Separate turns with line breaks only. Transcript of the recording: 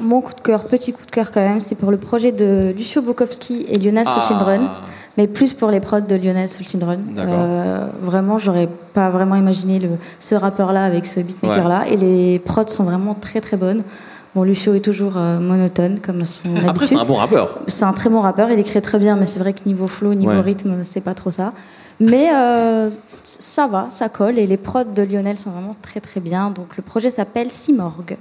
mon coup de cœur, petit coup de cœur quand même, c'est pour le projet de Lucio Bukowski et Lionel
Ah.
Sochindrun, mais plus pour les prods de Lionel Sochindrun.
D'accord.
vraiment, j'aurais pas vraiment imaginé le, ce rappeur-là avec ce beatmaker-là. Et les prods sont vraiment très très bonnes. Bon, Lucio est toujours euh, monotone, comme à son
Après, c'est
habitude.
un bon rappeur.
C'est un très bon rappeur, il écrit très bien, mais c'est vrai que niveau flow, niveau
Ouais.
rythme, c'est pas trop ça. Mais euh, ça va, ça colle, et les prods de Lionel sont vraiment très très bien. Donc le projet s'appelle Simorgue.